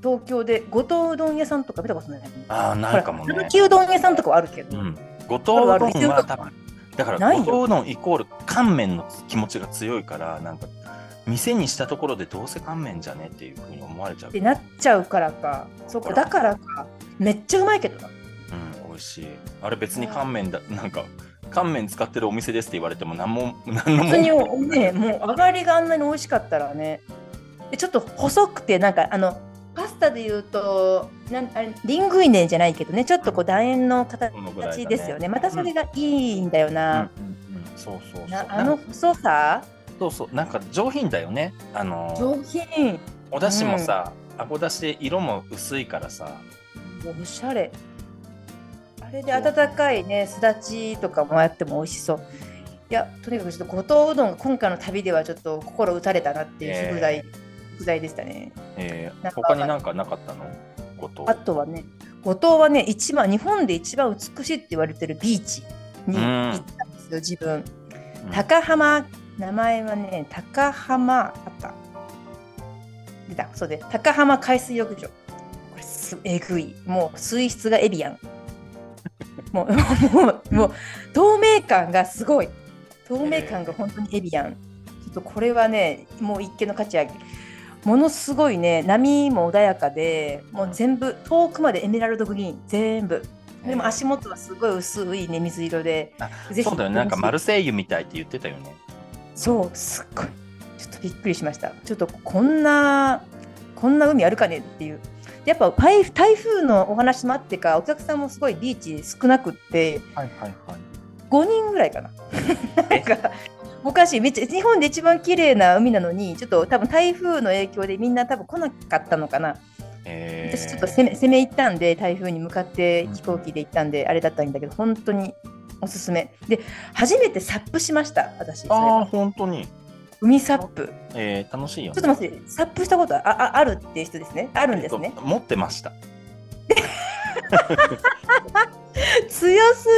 [SPEAKER 2] 東京で五島うどん屋さんとか見たことない。
[SPEAKER 1] ああないかも
[SPEAKER 2] ほら
[SPEAKER 1] ね
[SPEAKER 2] 讃岐うどん屋さんとかはあるけ
[SPEAKER 1] う
[SPEAKER 2] ど。
[SPEAKER 1] ん五島うどんは多
[SPEAKER 2] あ
[SPEAKER 1] 分だか
[SPEAKER 2] な
[SPEAKER 1] ら
[SPEAKER 2] い
[SPEAKER 1] 五
[SPEAKER 2] よ
[SPEAKER 1] 島うどんイコール乾麺の気持ちが強いからなんか店にしたところでどうせ乾麺じゃねっていうふうに思われちゃう、
[SPEAKER 2] っ
[SPEAKER 1] う
[SPEAKER 2] て
[SPEAKER 1] ん、
[SPEAKER 2] なっちゃうからか。そっか、だからか。めっちゃうまいけどな。
[SPEAKER 1] 美味しいあれ別に乾麺だなんか乾麺使ってるお店ですって言われても何も何の
[SPEAKER 2] 本
[SPEAKER 1] も
[SPEAKER 2] 当にね、もう上がりがあんなに美味しかったらね、でちょっと細くて、なんかあの、パスタで言うと、なんあれリングイネじゃないけどね、ちょっとこう楕円の形
[SPEAKER 1] このぐらいだね
[SPEAKER 2] ですよね。またそれがいいんだよ
[SPEAKER 1] うんうん
[SPEAKER 2] な。
[SPEAKER 1] うんそうそうそう
[SPEAKER 2] なあの細さ、
[SPEAKER 1] そうそうなんか上品だよねあの
[SPEAKER 2] 上品、
[SPEAKER 1] お出汁もさ、あご出汁で色も薄いからさ
[SPEAKER 2] おしゃれ。あれで温かいね、すだちとかもあっても美味しそう。いや、とにかくちょっと五島うどんが今回の旅ではちょっと心打たれたなっていう食材、
[SPEAKER 1] え
[SPEAKER 2] 食材でしたね。
[SPEAKER 1] えー
[SPEAKER 2] なんか
[SPEAKER 1] 他になんかなかったのこと
[SPEAKER 2] あとはね、五島はね、一番、日本で一番美しいって言われてるビーチに
[SPEAKER 1] うん
[SPEAKER 2] 行ったんですよ、自分。
[SPEAKER 1] うん
[SPEAKER 2] 高浜、名前はね、高浜、あった。出た、そうで、高浜海水浴場。これす、えぐい。もう、水質がエ ビアン。もう、もう、もう、透明感がすごい。透明感が本当にエビアン。ちょっとこれはねもう一見の価値ありものすごいね波も穏やかでもう全部遠くまでエメラルドグリーン全部でも足元はすごい薄いね水色で
[SPEAKER 1] あ
[SPEAKER 2] ぜひ
[SPEAKER 1] そうだよねなんかマルセイユみたいって言ってたよね
[SPEAKER 2] そうすっごいちょっとびっくりしましたちょっとこんなこんな海あるかねっていうでやっぱ台台風のお話もあってかお客さんもすごいビーチ少なくって
[SPEAKER 1] はいはいはい
[SPEAKER 2] 5人ぐらいかななん
[SPEAKER 1] え
[SPEAKER 2] かおかしいめっちゃ日本で一番綺麗な海なのにちょっと多分台風の影響でみんな多分来なかったのかな
[SPEAKER 1] えー、
[SPEAKER 2] 私ちょっと攻め攻め行ったんで台風に向かって飛行機で行ったんであれだったんだけど本当におすすめで初めてサップしました私それ
[SPEAKER 1] ああ本当に
[SPEAKER 2] 海サップ
[SPEAKER 1] えー、楽しいよ、ね、
[SPEAKER 2] ちょっと待って、サップしたことあああるっていう人ですね。あるんですね
[SPEAKER 1] えっ。と持ってました
[SPEAKER 2] 強す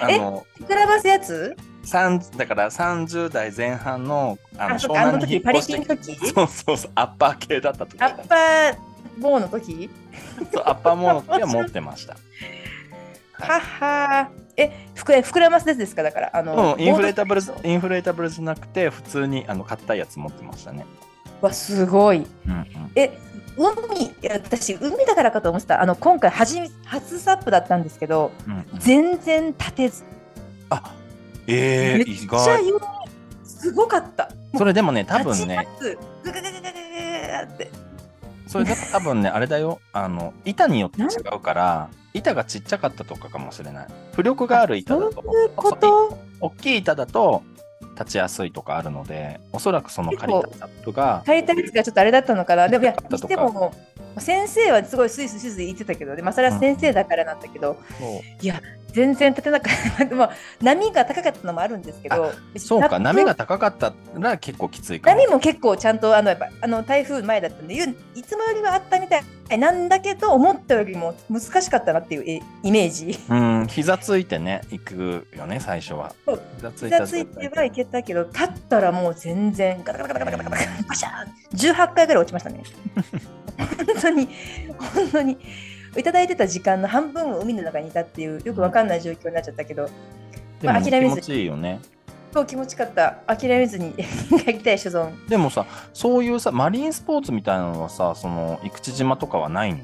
[SPEAKER 1] あの
[SPEAKER 2] ぎ、膨らますやつ
[SPEAKER 1] 三だから30代前半のあの湘
[SPEAKER 2] あ、そうか、
[SPEAKER 1] 南
[SPEAKER 2] あの
[SPEAKER 1] に
[SPEAKER 2] 時、
[SPEAKER 1] 引
[SPEAKER 2] パ
[SPEAKER 1] っ
[SPEAKER 2] リ
[SPEAKER 1] 越
[SPEAKER 2] ピ
[SPEAKER 1] して
[SPEAKER 2] の
[SPEAKER 1] きた
[SPEAKER 2] 時
[SPEAKER 1] そうそうそうアッパー系だった時
[SPEAKER 2] ア
[SPEAKER 1] だ
[SPEAKER 2] ッパーボーの時
[SPEAKER 1] そうアッパーモーの時は持ってました
[SPEAKER 2] はっはー。え、ふく膨らますやつですかだから、あの、
[SPEAKER 1] うん、インフレータブル
[SPEAKER 2] ボード
[SPEAKER 1] インフレータブルじゃなくて普通にあの硬いやつ持ってましたね。
[SPEAKER 2] わ、すごい。
[SPEAKER 1] うんうん、
[SPEAKER 2] え、海、いや私、海だからかと思ってた。あの、今回初め、初サップだったんですけど、
[SPEAKER 1] うん、
[SPEAKER 2] 全然立てず。
[SPEAKER 1] あえ
[SPEAKER 2] め
[SPEAKER 1] ー、
[SPEAKER 2] っ
[SPEAKER 1] 意
[SPEAKER 2] ちゃ
[SPEAKER 1] 外
[SPEAKER 2] よすごかった。
[SPEAKER 1] それでもね多分ね
[SPEAKER 2] 立ちます。ぐぐぐぐぐぐぐぐって。
[SPEAKER 1] それだと多分ねあれだよあの板によって違うから板がちっちゃかったとかかもしれない浮力がある板だと
[SPEAKER 2] そういうこと
[SPEAKER 1] 大きい板だと立ちやすいとかあるのでおそらくその借りたタップが
[SPEAKER 2] 借りたやつがちょっとあれだったのかな。でもいや
[SPEAKER 1] 高かっ、た
[SPEAKER 2] に
[SPEAKER 1] と
[SPEAKER 2] し
[SPEAKER 1] か
[SPEAKER 2] ても、先生はすごいスイスイスイスイ言ってたけど、でまあ、それは先生だからなんだけど、
[SPEAKER 1] そう
[SPEAKER 2] 全然立てなかった。でも、波が高かったのもあるんですけど、
[SPEAKER 1] そうか波が
[SPEAKER 2] 高
[SPEAKER 1] 高かったら結構きついかも
[SPEAKER 2] 波も結構ちゃんとあのやっぱあの台風前だったんでゆいつもよりはあったみたいなんだけど思ったよりも難しかったなっていうえイメージ
[SPEAKER 1] うん膝ついてね行くよね最初は
[SPEAKER 2] そう
[SPEAKER 1] 膝つ
[SPEAKER 2] 膝ついてはいけたけど立ったらもう全然ガタガタガタガタガタガタガシャーン18回ぐらい落ちましたね本当に本当にいただいてた時間の半分を海の中にいたっていうよくわかんない状況になっちゃったけど
[SPEAKER 1] でも
[SPEAKER 2] まあ諦め
[SPEAKER 1] 気持
[SPEAKER 2] ず
[SPEAKER 1] ちいいよね
[SPEAKER 2] 超気持ちよかった諦めずにやりたい所存
[SPEAKER 1] でもさそういうさマリンスポーツみたいなのはさその生口島とかはないの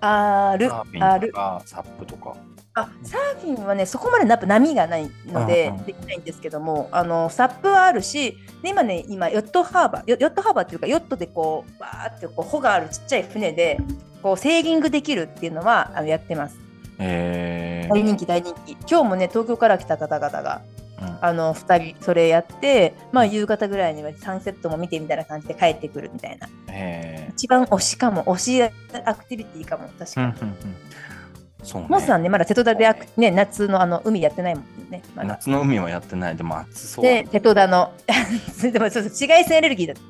[SPEAKER 2] ある
[SPEAKER 1] サーフ
[SPEAKER 2] あ
[SPEAKER 1] ィンと
[SPEAKER 2] る
[SPEAKER 1] かサップとか
[SPEAKER 2] あサーフィンはねそこまでやっぱ波がないので
[SPEAKER 1] うんうん
[SPEAKER 2] できないんですけどもあのサップはあるしで今ね今ヨットハーバーヨヨットハーバーっていうかヨットでこうバーってこう帆があるちっちゃい船でこうセーリングできるっていうのはあのやってます
[SPEAKER 1] え
[SPEAKER 2] 大人気大人気今日もね東京から来た方々が
[SPEAKER 1] うん
[SPEAKER 2] あの2人それやってまあ夕方ぐらいにはサンセットも見てみたいな感じで帰ってくるみたいな
[SPEAKER 1] え
[SPEAKER 2] 一番推しかも推しアクティビティかも確
[SPEAKER 1] うん
[SPEAKER 2] か
[SPEAKER 1] う
[SPEAKER 2] に
[SPEAKER 1] んうんそうね
[SPEAKER 2] モスさんねまだ瀬戸田でアクね夏のあの海やってないもんねまだ
[SPEAKER 1] 夏の海はやってないでも暑そう
[SPEAKER 2] で、瀬戸田の、 でもそうそう紫外線アレルギーだ。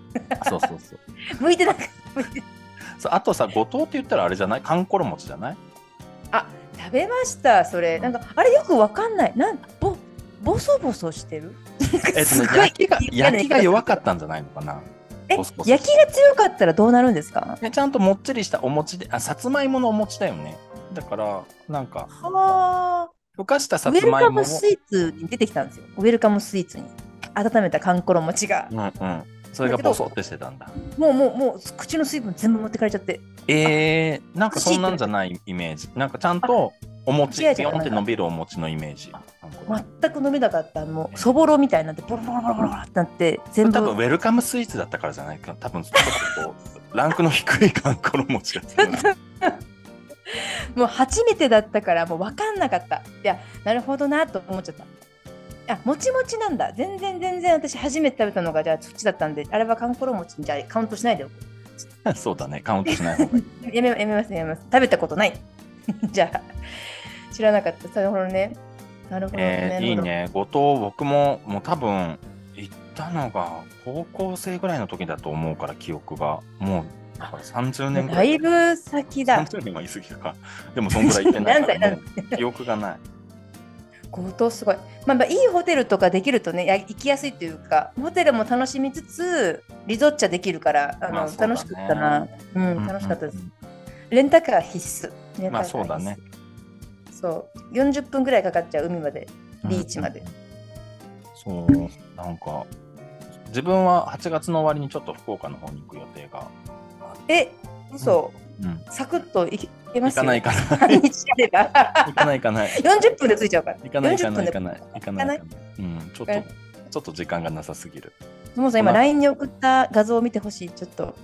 [SPEAKER 1] そうそうそう
[SPEAKER 2] 向いてなく
[SPEAKER 1] そうあとさ五島って言ったらあれじゃないかんころ餅じゃない
[SPEAKER 2] 食べました、それ。なんか、あれよくわかんない。なんぼ、ぼそぼそしてる
[SPEAKER 1] えっとね焼きが焼きが弱かったんじゃないのかな
[SPEAKER 2] え
[SPEAKER 1] ボソボ、ソ
[SPEAKER 2] 焼きが強かったらどうなるんですか
[SPEAKER 1] ねちゃんともっちりしたお餅であさつまいものお餅だよねだからなんか
[SPEAKER 2] は
[SPEAKER 1] ふかした
[SPEAKER 2] あ。
[SPEAKER 1] さ
[SPEAKER 2] ウェ
[SPEAKER 1] つ
[SPEAKER 2] ル
[SPEAKER 1] まい
[SPEAKER 2] カ
[SPEAKER 1] もを
[SPEAKER 2] ムスイーツに出てきたんですよ。ウェルカムスイーツに。温めたかんころ餅が。
[SPEAKER 1] うんうんそれがボソってしてたんだ
[SPEAKER 2] もう、もう、もう、口の水分全部持ってかれちゃって。
[SPEAKER 1] えー、なんかそんなんじゃないイメージ。なんかちゃんとお餅、
[SPEAKER 2] 違う違う
[SPEAKER 1] ピョンって伸びるお餅のイメージ。ま
[SPEAKER 2] 全く飲めなかった。もう、そぼろみたいになって、ボロボロボロボロってなって、全
[SPEAKER 1] 多分ウ
[SPEAKER 2] 部。
[SPEAKER 1] ェルカムスイーツだったからじゃないか。多分ちょっとこうランクの低いかんころ餅だった。
[SPEAKER 2] もう初めてだったからもう分かんなかったいやなるほどなと思っちゃったあもちもちなんだ全然全然私初めて食べたのがじゃあそっちだったんであれはかんころ餅にじゃあカウントしないでおこう
[SPEAKER 1] そうだね。カウントしない方がいい。
[SPEAKER 2] やめやめますやめます食べたことない じゃあ知らなかったなるほどねなるほどね,
[SPEAKER 1] え
[SPEAKER 2] なるほ
[SPEAKER 1] ー、
[SPEAKER 2] ど、
[SPEAKER 1] いいね。後藤、僕ももう多分行ったのが高校生ぐらいの時だと思うから記憶が。もうだから30年ぐ
[SPEAKER 2] だ
[SPEAKER 1] らい。
[SPEAKER 2] いぶ先だ
[SPEAKER 1] 30年は言い過ぎたか。でもそんぐらい行ってないか
[SPEAKER 2] 何歳
[SPEAKER 1] ら、
[SPEAKER 2] 何
[SPEAKER 1] もう記憶がない。
[SPEAKER 2] 強盗すごい、まあ、まあいいホテルとかできるとねや行きやすいというかホテルも楽しみつつリゾッチャできるからあの、
[SPEAKER 1] まあそうだね
[SPEAKER 2] 楽しかったなうん楽しかったです、
[SPEAKER 1] うんうん
[SPEAKER 2] レンタカー必須。レンタカー必須
[SPEAKER 1] まあそうだね。
[SPEAKER 2] そう。40分ぐらいかかっちゃう、海まで、
[SPEAKER 1] うん
[SPEAKER 2] ビーチまで。
[SPEAKER 1] そう、なんか、自分は8月の終わりにちょっと福岡の方に行く予定が、
[SPEAKER 2] え、嘘、
[SPEAKER 1] うん、
[SPEAKER 2] サクッといけま
[SPEAKER 1] 行
[SPEAKER 2] すよ。
[SPEAKER 1] かない
[SPEAKER 2] か。
[SPEAKER 1] 行かない行かない行かない
[SPEAKER 2] 40分で着いちゃうから。
[SPEAKER 1] 行かない行かない
[SPEAKER 2] 40
[SPEAKER 1] 行かない行かない行か
[SPEAKER 2] 行
[SPEAKER 1] ないうんちょっと
[SPEAKER 2] え
[SPEAKER 1] ちょっと時間がなさすぎる
[SPEAKER 2] そもそも
[SPEAKER 1] こ
[SPEAKER 2] 今
[SPEAKER 1] の
[SPEAKER 2] LINE に送った画像を見てほしい。ちょっと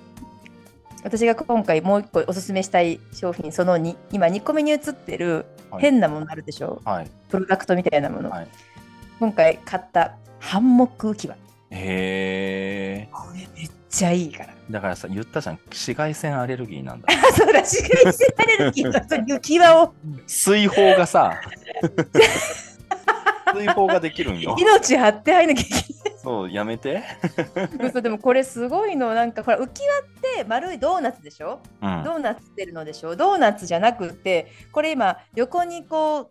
[SPEAKER 2] 私が今回もう一個おすすめしたい商品その2今2個目に写ってる
[SPEAKER 1] はい
[SPEAKER 2] 変なものあるでしょ、
[SPEAKER 1] はい
[SPEAKER 2] プロダクトみたいなもの、
[SPEAKER 1] はい
[SPEAKER 2] 今回買ったハンモック浮き輪
[SPEAKER 1] へえ
[SPEAKER 2] これめっちゃいいから
[SPEAKER 1] だからさ言ったじゃん紫外線アレルギーなんだ
[SPEAKER 2] そうだし紫外線アレルギーの人に浮き輪を
[SPEAKER 1] 水泡がさ 水泡ができるんよ
[SPEAKER 2] 命張って入んなきゃいけない
[SPEAKER 1] そうやめて、
[SPEAKER 2] 嘘でもこれすごいのなんかほら浮き輪って丸いドーナツでしょ
[SPEAKER 1] うん、
[SPEAKER 2] ドーナツってるのでしょうドーナツじゃなくてこれ今横にこう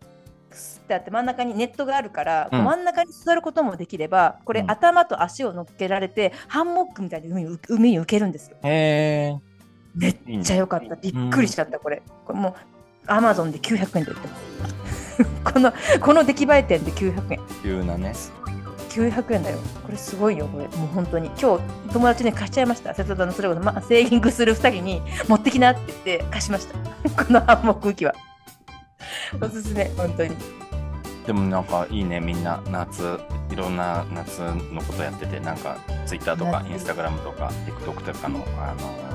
[SPEAKER 2] スってあって真ん中にネットがあるから、
[SPEAKER 1] うん
[SPEAKER 2] 真ん中に座ることもできればこれ、
[SPEAKER 1] うん
[SPEAKER 2] 頭と足を乗っけられてハンモックみたいに海に浮海に浮けるんですよ。
[SPEAKER 1] へえ
[SPEAKER 2] めっ
[SPEAKER 1] めっ
[SPEAKER 2] ちゃ良かったびっくりしちゃったこれこれもうアマゾンで900円で売ってます このこの出来栄え点で900円
[SPEAKER 1] 急なね
[SPEAKER 2] 900円だよこれすごいよこれもう本当に今日友達に貸しちゃいました瀬戸田のそれこそ、ま、セーリングする2人に持ってきなって言って貸しました このハンモック浮きはおすすめ本当に
[SPEAKER 1] でもなんかいいねみんな夏いろんな夏のことやっててなんかツイッターとか
[SPEAKER 2] 夏
[SPEAKER 1] インスタグラムとか TikTok とかのあの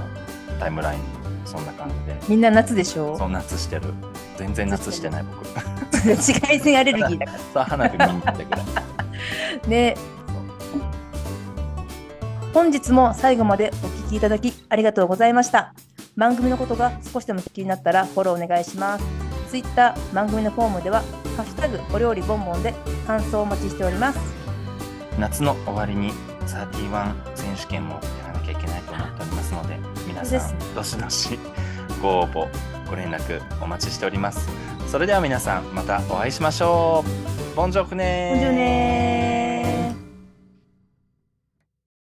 [SPEAKER 1] タイムラインそんな感じで
[SPEAKER 2] みんな夏でし
[SPEAKER 1] そ
[SPEAKER 2] ょ
[SPEAKER 1] う夏してる全然夏してない 僕さ
[SPEAKER 2] 紫外線アレルギーだか
[SPEAKER 1] あ花火見に行ったぐらい
[SPEAKER 2] らね本日も最後までお聞きいただきありがとうございました番組のことが少しでも気になったらフォローお願いしますツイッター番組のフォームではハッシュタグお料理ボンボンで感想をお待ちしております
[SPEAKER 1] 夏の終わりに31選手権もやらなきゃいけないと思っておりますので皆さ
[SPEAKER 2] そうん
[SPEAKER 1] どしどしご応募ご連絡お待ちしておりますそれでは皆さんまたお会いしましょうボンジョークねー
[SPEAKER 2] ほんじゃねー